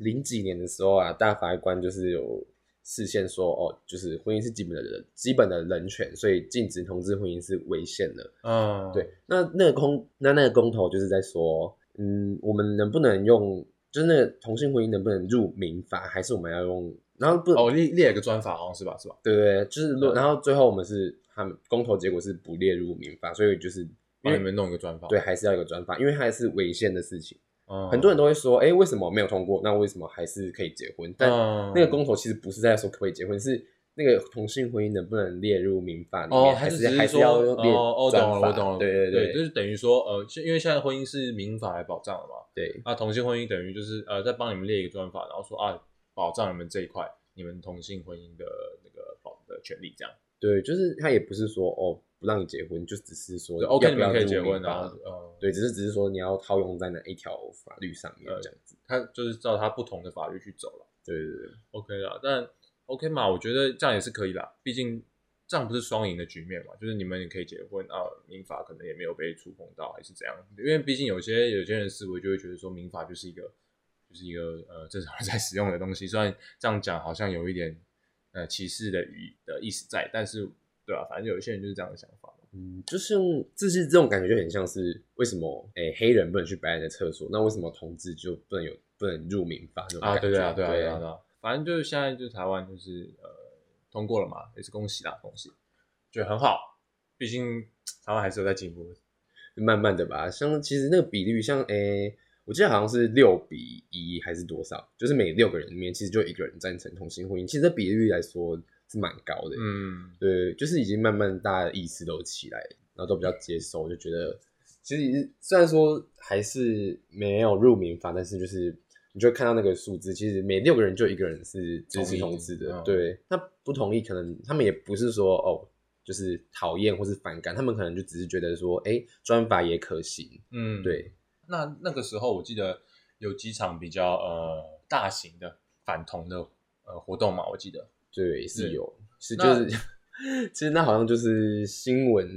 B: 零几年的时候啊，大法官就是有视线说哦，就是婚姻是基本的人基本的人权，所以禁止同志婚姻是违宪的。
A: 嗯，
B: 对，那那个公那那个公投就是在说，嗯，我们能不能用，就是那个同性婚姻能不能入民法，还是我们要用，然后不
A: 哦，列列了个专法，好像是吧？是吧？
B: 对对，就是如
A: 嗯
B: 然后最后我们是他们公投结果是不列入民法，所以就是因
A: 帮
B: 为
A: 你们弄一个专法。
B: 对，，还是要有个专法，因为它还是违宪的事情。
A: 嗯
B: 很多人都会说，哎、为什么没有通过？那为什么还是可以结婚？但
A: 嗯
B: 那个公投其实不是在说可不可以结婚，是那个同性婚姻能不能列入民法里
A: 哦，
B: 面，
A: 他
B: 还
A: 就是只是
B: 还是
A: 说
B: 要用列
A: 哦，哦，
B: 专
A: 懂了，
B: 法
A: 我懂了，
B: 对对
A: 对，就
B: 对
A: 是等于说呃，就因为现在婚姻是民法来保障的嘛，
B: 对
A: 那同性婚姻等于就是呃，在帮你们列一个专法，然后说啊，保障你们这一块，你们同性婚姻的那个保的权利这样。
B: 对，就是他也不是说哦不让你结婚，就只是说
A: 对，OK，
B: 要
A: 你
B: 不要
A: 们可以
B: 入
A: 结婚，
B: 民法
A: 然后呃，
B: 对，只是只是说你要套用在哪一条法律上面
A: 呃
B: 这样子。
A: 他就是照他不同的法律去走了
B: 对对对，
A: ，OK 啦，但 OK 嘛，我觉得这样也是可以啦，毕竟。这样不是双赢的局面嘛？就是你们也可以结婚啊，民法可能也没有被触碰到，还是怎样？因为毕竟有些有些人思维就会觉得说，民法就是一个就是一个呃正常人在使用的东西。虽然这样讲好像有一点呃歧视的语的意思在，但是对啊吧、反正有一些人就是这样的想法嘛。
B: 嗯，就是就是这种感觉就很像是为什么诶、黑人不能去白人的厕所，那为什么同志就不能有不能入民法这种
A: 啊，
B: 感觉？
A: 对啊，对啊，
B: 对
A: 对啊，对啊，反正就是现在就是台湾就是呃通过了嘛，也是恭喜啦，恭喜，觉得很好。毕竟台湾还是有在进步的。
B: 慢慢的吧。像其实那个比率像，诶，我记得好像是六比一还是多少，就是每六个人里面其实就一个人赞成同性婚姻，其实这比率来说是蛮高的。
A: 嗯，
B: 对，就是已经慢慢大家的意识都起来，然后都比较接受，就觉得其实虽然说还是没有入民法，但是就是你就会看到那个数字，其实每六个人就一个人是支持同志的
A: 同意嗯，
B: 对，那不同意可能他们也不是说哦。就是讨厌或是反感，他们可能就只是觉得说，哎、专法也可行，
A: 嗯，
B: 对，
A: 那那个时候我记得有几场比较呃大型的反同的呃活动嘛，我记得。
B: 对，
A: 对
B: 是有，是就
A: 那
B: 是， 其实那好像就是新闻，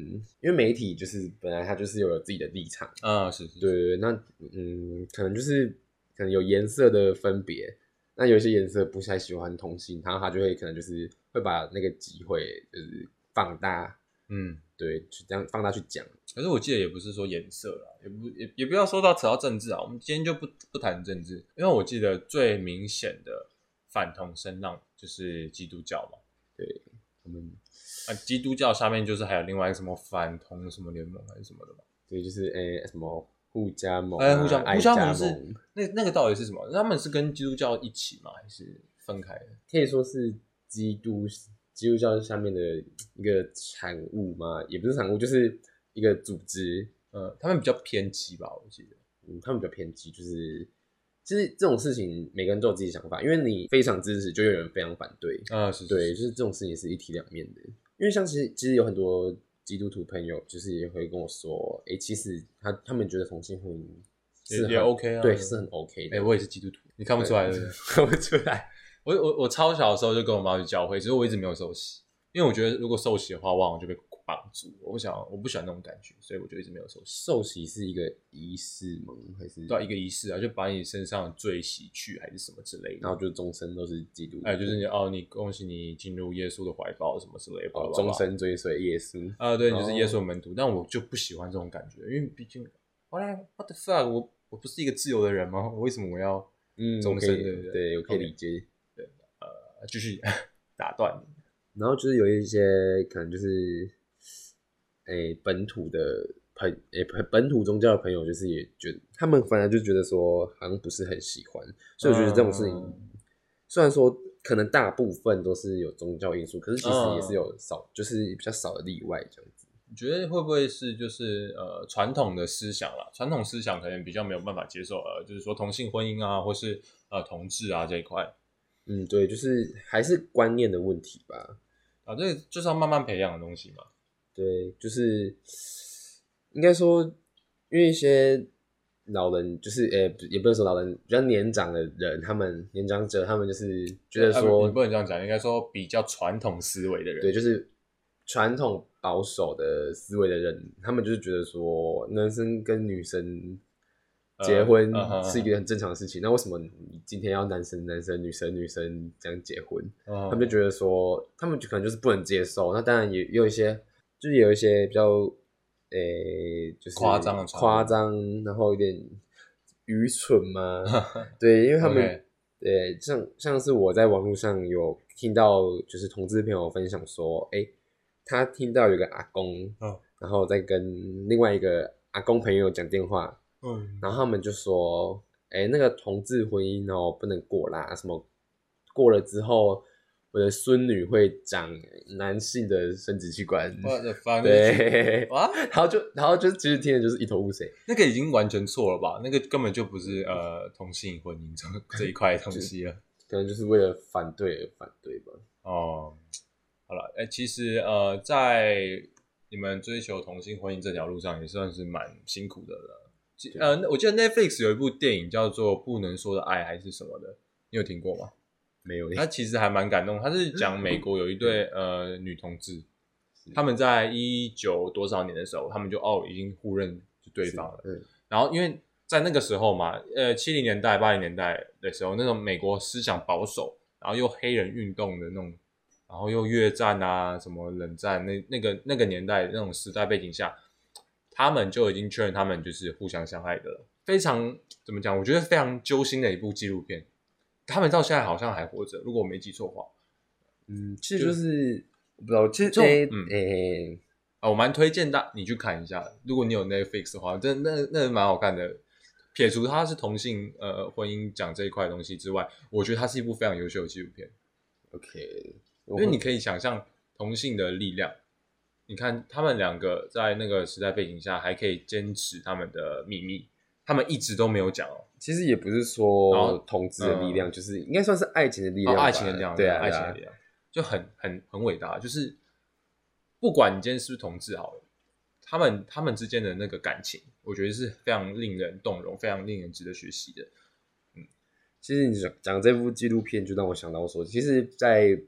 B: 因为媒体就是本来他就是有自己的立场，
A: 嗯，是是，
B: 对，那嗯，可能就是可能有颜色的分别。那有一些颜色不太喜欢同性，然后他就会可能就是会把那个机会就是放大，
A: 嗯，
B: 对，去这样放大去讲。
A: 可是我记得也不是说颜色啦，也不也也不要说到扯到政治啊，我们今天就不不谈政治，因为我记得最明显的反同声浪就是基督教嘛，
B: 我们
A: 啊，基督教下面就是还有另外一个什么反同什么联盟还是什么的嘛，
B: 对，就是诶、什么互加盟、啊，
A: 哎互加
B: 爱
A: 互加盟
B: 盟
A: 是那那个到底是什么？他们是跟基督教一起吗？还是分开的？
B: 可以说是基督基督教下面的一个产物嘛，也不是产物，就是一个组织。
A: 呃，他们比较偏激吧，我记得。
B: 嗯，他们比较偏激，就是其实这种事情每个人都有自己想法，因为你非常支持，就有人非常反对。
A: 啊、是是
B: 对，
A: 是
B: 就是这种事情是一体两面的。因为像其实其实有很多基督徒朋友，就是也会跟我说，诶，其实他他们觉得同性婚姻
A: 也
B: 是很
A: 也 OK 啊
B: 对，是很 OK
A: 哎、
B: 的。
A: 我也是基督徒，你看不出来对不对？
B: 看不出来。
A: 我我我超小的时候就跟我妈去教会，只是我一直没有受洗，因为我觉得如果受洗的话，我好像就被绑住，我不想我不喜欢那种感觉，所以我就一直没有受洗。
B: 受洗是一个仪式吗？还是
A: 到一个仪式啊，就把你身上的罪洗去还是什么之类的
B: 然，后就终身都是基督徒，
A: 还有就是你哦，你恭喜你进入耶稣的怀抱什么之类的，
B: 哦，
A: 终
B: 终身追随耶稣。
A: 啊，对，你就是耶稣的门徒，但我就不喜欢这种感觉，因为毕竟我来 what the fuck，我我不是一个自由的人吗？我为什么我要
B: 嗯
A: 终
B: 我可
A: 身
B: 以
A: 对对对
B: 对，我可以
A: OK
B: 理解。
A: 呃继续 打断你？
B: 然后就是有一些可能就是，诶、本土的朋诶、本本土宗教的朋友，就是也觉得他们反而就觉得说好像不是很喜欢，所以我觉得这种事情、
A: 嗯
B: 虽然说可能大部分都是有宗教因素，可是其实也
A: 嗯
B: 是有少，就是比较少的例外这样子。
A: 你觉得会不会是就是呃传统的思想啦？传统思想可能比较没有办法接受，呃，就是说同性婚姻啊，或是呃同志啊这一块
B: 嗯，对，就是还是观念的问题吧。
A: 啊，这就是要慢慢培养的东西嘛。
B: 对，就是应该说，因为一些老人，就是呃、不也不是说老人，比较年长的人，他们年长者，他们就是觉得
A: 啊
B: 说，
A: 你不能这样讲，应该说比较传统思维的人，
B: 对，就是传统保守的思维的人，他们就是觉得说，男生跟女生
A: 呃
B: 结婚
A: 嗯哼
B: 是一个很正常的事情，那为什么你今天要男生男生、女生女生这样结婚？
A: 嗯，
B: 他们就觉得说，他们就可能就是不能接受。那当然也也有一些，就是有一些比较，诶、就是
A: 夸张的传闻
B: 夸张，然后有点愚蠢 嘛。对，因为他们
A: OK
B: 对，像像是我在网络上有听到，就是同志朋友分享说，诶、他听到有个阿公，
A: 嗯
B: 然后在跟另外一个阿公朋友讲电话，
A: 嗯
B: 然后他们就说，哎、那个同志婚姻哦不能过啦，什么过了之后，我的孙女会长男性的生殖器官，
A: ，what the fuck？
B: 对，
A: 哇，
B: 然后就然后就其实听的就是一头雾水，
A: 那个已经完全错了吧？那个根本就不是呃同性婚姻这 这一块东西了。
B: 可能就是为了反对而反对吧。
A: 哦，好了，哎、其实呃，在你们追求同性婚姻这条路上，也算是蛮辛苦的了。其
B: 对
A: 呃，我记得 Netflix 有一部电影叫做《不能说的爱》还是什么的，你有听过吗？
B: 没嗯有，
A: 它其实还蛮感动，它是讲美国有一对呃女同志，他们在一九多少年的时候，他们就哦已经互认对方了。
B: 嗯，
A: 然后因为在那个时候嘛，呃，七零年代、八零年代的时候，那种美国思想保守，然后又黑人运动的那种，然后又越战啊、什么冷战，那那个那个年代那种时代背景下，他们就已经确认他们就是互相相爱的了。非常怎么讲？我觉得非常揪心的一部纪录片。他们到现在好像还活着，如果我没记错的话，
B: 嗯，其实就是我不知道，其实
A: 就
B: 诶
A: 嗯
B: 诶，
A: 啊，我蛮推荐大你去看一下的。如果你有 Netflix 的话，真的那那蛮好看的。撇除它是同性呃婚姻讲这一块东西之外，我觉得它是一部非常优秀的纪录片，
B: ，OK，
A: 因
B: 因
A: 为你可以想象同性的力量。你看他们两个在那个时代背景下还可以坚持他们的秘密，他们一直都没有讲哦，
B: 其实也不是
A: 然后
B: 说同志的力量，
A: 嗯
B: 就是应该算是哦爱情的力量
A: 哦，
B: 吧，
A: 爱情的力量，
B: 对啊，
A: 爱
B: 对
A: 情
B: 啊
A: 的力量，就很很很伟大。就是不管你今天是不是同志好了，他们他们之间的那个感情，我觉得是非常令人动容，非常令人值得学习的。
B: 其实你讲讲这部纪录片，就让我想到说，其实在，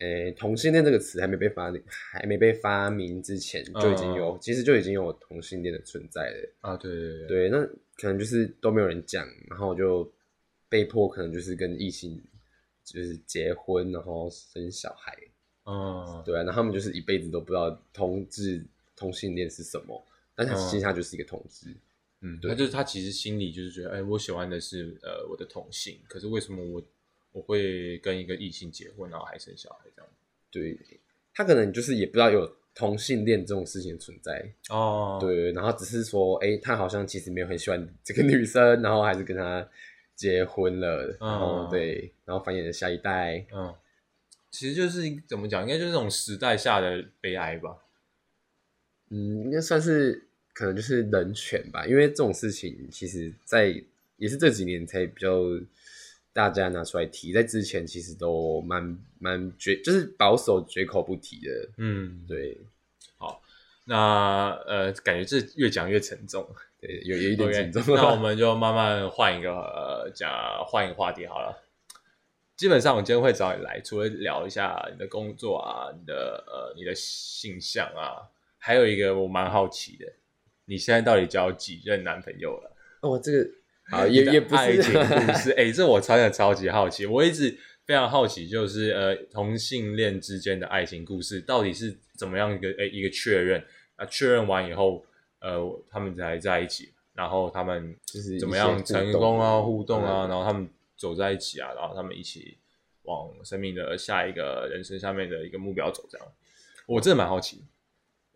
B: 诶、同性恋这个词还没被发明，还没被发明之前就已经有，其实就已经有同性恋的存在了。
A: 啊，对对对，
B: 对，那可能就是都没有人讲，然后我就被迫可能就是跟异性就是结婚，然后生小孩，
A: 嗯，
B: 对啊，那他们就是一辈子都不知道同志同性恋是什么，但他
A: 嗯
B: 线下就是一个同志，
A: 嗯，
B: 对
A: 那就是他其实心里就是觉得，哎，我喜欢的是呃我的同性，可是为什么我我会跟一个异性结婚，然后还生小孩这样？
B: 对他可能就是也不知道有同性恋这种事情存在，
A: 哦，
B: 对，然后只是说，哎、他好像其实没有很喜欢这个女生，然后还是跟她结婚了，然后
A: 嗯
B: 对，然后繁衍了下一代，
A: 嗯，其实就是一怎么讲，应该就是这种时代下的悲哀吧。
B: 嗯，应该算是可能就是人权吧，因为这种事情其实在，也是这几年才比较大家拿出来提，在之前其实都蛮蛮绝，就是保守绝口不提的。
A: 嗯，。
B: 对
A: 那呃，感觉这越讲越沉重，
B: 对，有有一点紧
A: OK，
B: 张。
A: 那我们就慢慢换一个呃，讲换一个话题好了。基本上我今天会找你来，除了聊一下你的工作啊，你的呃你的性向啊，还有一个我蛮好奇的，你现在到底交几任男朋友了？
B: 哦，这个好也
A: 你的
B: 也不是
A: 爱情故 事，哎、这我真的超级好奇，我一直非常好奇，就是呃同性恋之间的爱情故事到底是怎么样一个哎、一个确认啊？确认完以后，呃，他们才在一起，然后他们
B: 就是一
A: 怎么
B: 些
A: 样
B: 互
A: 成
B: 动
A: 功啊、
B: 啊
A: 互动啊，
B: 嗯
A: 然后他们走在一起啊，然后他们一起往生命的下一个人生下面的一个目标走，这样。我真的蛮好奇，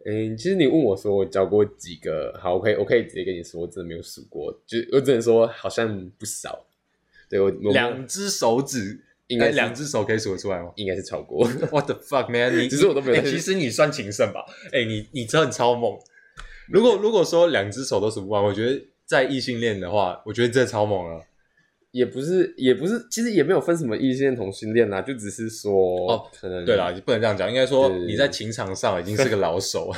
B: 嗯，其实你问我说我交过几个，好，我可以我可以直接跟你说，我真的没有数过，就我只能说好像不少。对我我
A: 两只手指
B: 应该
A: 哎
B: 是
A: 两只手可以数得出来吗？
B: 应该是超过。
A: What the fuck man！你
B: 其实我都没有
A: 哎其实你算情圣吧？哎、你你真的超猛。如果如果说两只手都数不完，我觉得在异性恋的话，我觉得真的超猛了。
B: 也不是，也不是，其实也没有分什么异性恋、同性恋啦，就只是说，
A: 哦，
B: 可能
A: 对啦，，不能这样讲，应该说
B: 对对对
A: 你在情场上已经是个老手 了。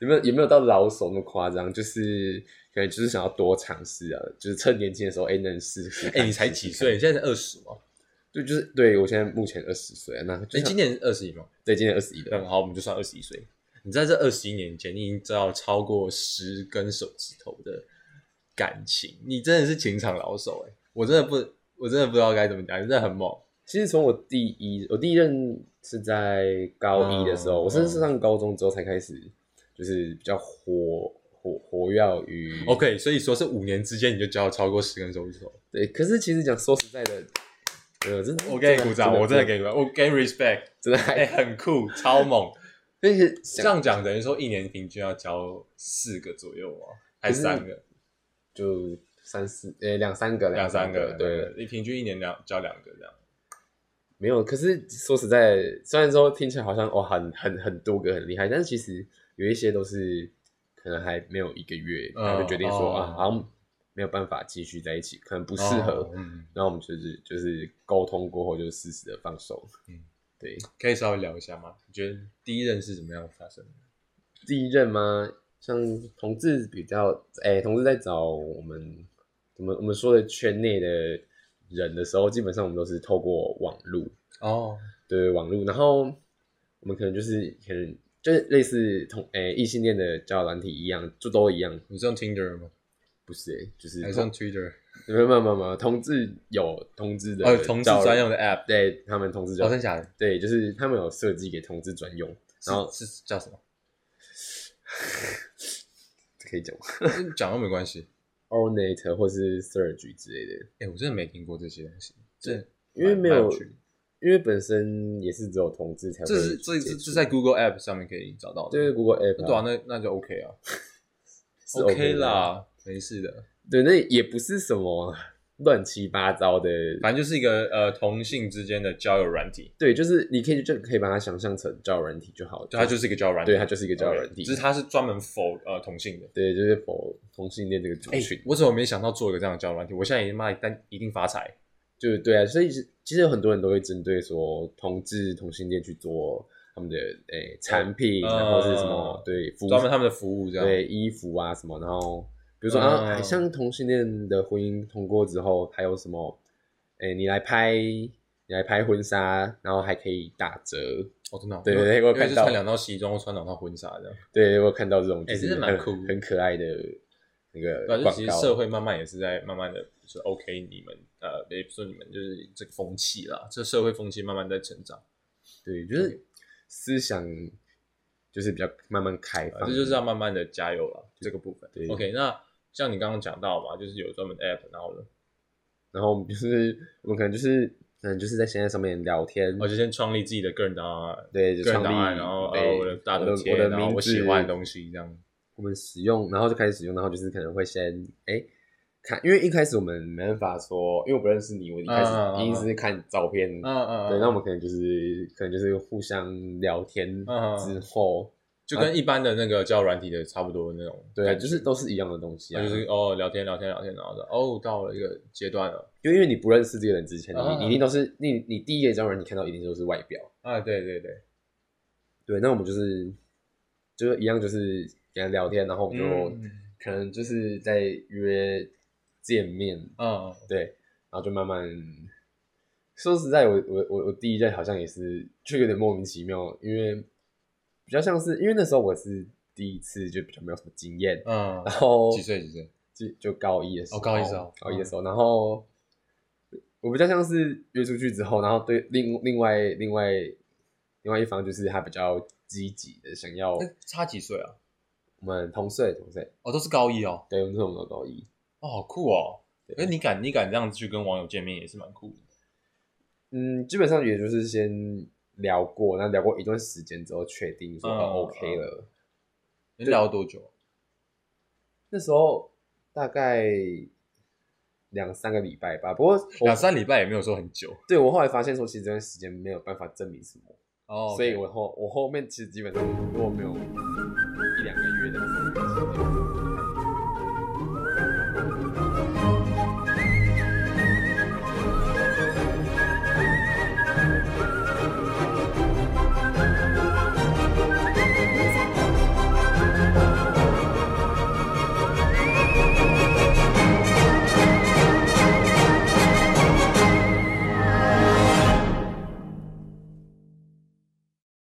B: 有没有也没有到老手那么夸张，就是可能就是想要多尝试啊，就是趁年轻的时候，哎、能试试看。
A: 哎、你才几岁？你现在才二十吗？
B: 对，就是对我现在目前二十岁啊，那就
A: 你
B: 是
A: 哎今年二十一吗？
B: 对今年二十一了，
A: 嗯，好，我们就算二十一岁。你在这二十一年间，你已经知道超过十根手指头的感情，你真的是情场老手哎、我真的不，我真的不知道该怎么讲，你真的很猛。
B: 其实从我第一，我第一任是在高一的时候，
A: 嗯
B: 我甚至是上高中之后才开始，就是比较活活活跃于
A: OK，所以说是五年之间你就交了超过十根手指头，
B: 对。可是其实讲说实在的，呃，真的，
A: 我给你鼓掌，我真的给
B: 你，
A: 你鼓掌，我给你 respect，
B: 真的还
A: 哎、很酷，超猛。
B: 那些
A: 这
B: 像
A: 样讲等于说一年平均要交四个左右啊，还是三个？
B: 就三四呃两三个
A: 两三
B: 个
A: 个，
B: 对，，
A: 你平均一年两交两个这样。
B: 没有。可是说实在，虽然说听起来好像哇哦很很很多个很厉害，但是其实有一些都是可能还没有一个月，
A: 嗯
B: 然后就决定说、
A: 哦
B: 啊好像没有办法继续在一起，可能不适合。
A: 哦嗯，
B: 然后我们就是就是沟通过后，就适时的放手。
A: 嗯，
B: 对。
A: 可以稍微聊一下吗？你觉得第一任是怎么样发生的？
B: 第一任吗？像同志比较，哎、同志在找我们，我们我们说的圈内的人的时候，基本上我们都是透过网路，
A: 哦，
B: 对网路，然后我们可能就是可能就是类似同诶异、性恋的交友软体一样，就都一样，
A: 你是用 Tinder 吗？
B: 不是、诶就是
A: 还是用
B: 同
A: Twitter？
B: 没有没有没有没有同志有同志的
A: 哦，同志
B: 交友
A: 专用的 App。
B: 对他们同志
A: 哦，
B: 交友
A: 真假的？
B: 对，就是他们有设计给同志专用，然后
A: 是是叫什么？
B: 可以讲吗
A: 讲都没关系。
B: ornate 或是 surge 之类的，
A: 哎、我真的没听过这些东西，这
B: 因为
A: 蛮
B: 没
A: 蛮
B: 有
A: 有趣的
B: 因为本身也是只有同志才会
A: 这是这
B: 接
A: 这
B: 触
A: 这在 Google App 上面可以找到的。
B: 对对 Google App 啊
A: 对啊，那那就 OK 啊
B: 是 OK 的
A: 啦，没事的，
B: 对，那也不是什么乱七八糟的，
A: 反正就是一个呃同性之间的交友软体，
B: 对，就是你可以就可以把它想象成交友软体就好了，
A: 就它就是一个交友软体，
B: 对，它就是一个交友软
A: OK，
B: 体，
A: 只是它是专门 for 呃同性的。
B: 对，就是否同性恋这个族
A: 哎、
B: 群，
A: 我怎么没想到做一个这样的交友软体？我现在也妈单一定发财。
B: 就是对啊，所以是其实有很多人都会针对说同志同性恋去做他们的诶、产品，
A: 呃
B: 然后是什么对服务
A: 专门他们的服务这样
B: 对衣服啊什么，然后比如说、
A: 嗯
B: 啊，像同性恋的婚姻通过之后，还有什么诶、你来拍你还拍婚纱，然后还可以打折。
A: 哦，真的哦、
B: 对对对
A: 因为
B: 我有
A: 因为
B: 看
A: 是
B: 到
A: 穿两套西装，穿两套婚纱这样。
B: 对，我有看到这种，
A: 哎
B: 就
A: 真
B: 是
A: 的蛮
B: 很
A: 酷
B: 很可爱的那
A: 对啊，
B: 个
A: 就
B: 广
A: 其实社
B: 告。
A: 会慢慢也是在慢慢的，就是 OK 你们呃，也不是说你们就是这个风气啦，这社会风气慢慢在成长，
B: 对，就是思想就是比较慢慢开
A: 啊、
B: 放，
A: 这就是要慢慢的加油了这个部分
B: 对。
A: OK，那像你刚刚讲到嘛，就是有专门的 app，然后呢，
B: 然后我们就是 我们可能就是可能就是在现在上面聊天，
A: 哦我就先创立自己的个人档案，
B: 对，就
A: 个人
B: 创
A: 档案，
B: 立
A: 然后
B: 对
A: 呃我的大头
B: 我
A: 贴，
B: 我的
A: 然后
B: 名
A: 我喜
B: 字
A: 欢的东西这样。
B: 我们使用，然后就开始使用，然后就是可能会先哎看，因为一开始我们没办法说，因为我不认识你，我一开始
A: 嗯嗯嗯
B: 一定是看照片，
A: 嗯嗯，
B: 对，那我们
A: 嗯
B: 可能就是可能就是互相聊天
A: 嗯
B: 之后，
A: 就跟一般的那个交友软体的差不多那种感觉，
B: 对，就是都是一样的东西
A: 啊
B: 啊，
A: 就是哦聊天聊天聊天，然后说哦到了一个阶段了，
B: 因为因为你不认识这个人之前，你
A: 嗯嗯
B: 你一定都是你你第一眼交友软件你看到一定都是外表，
A: 啊对对对，
B: 对，那我们就是就是一样就是跟他聊天，然后我们就、
A: 嗯
B: 可能就是在约见面，
A: 嗯，
B: 对，然后就慢慢。说实在，我我我我第一任好像也是，就有点莫名其妙，因为比较像是因为那时候我是第一次，就比较没有什么经验，
A: 嗯
B: 然，后
A: 几岁几岁？
B: 就就高一的时候，
A: 哦高一时候
B: 高一的时候，然后我比较像是约出去之后，然后对另另外另外另外一方就是他比较积极的想要
A: 那差几岁啊？
B: 我们同岁同岁，
A: 哦，都是高一哦，
B: 对，我们是我们都高一，
A: 哦，好酷哦！
B: 对
A: 可是你敢你敢这样子去跟网友见面，也是蛮酷的。
B: 嗯，基本上也就是先聊过，然后聊过一段时间之后确定说、
A: 嗯
B: 哦 OK 了，
A: 你聊了多久？啊
B: 那时候大概两三个礼拜吧，不过我
A: 两三礼拜也没有说很久
B: 对我后来发现说，其实这段时间没有办法证明什么。
A: 哦
B: 所以我后我后面其实基本上如果没有一两个月的时候，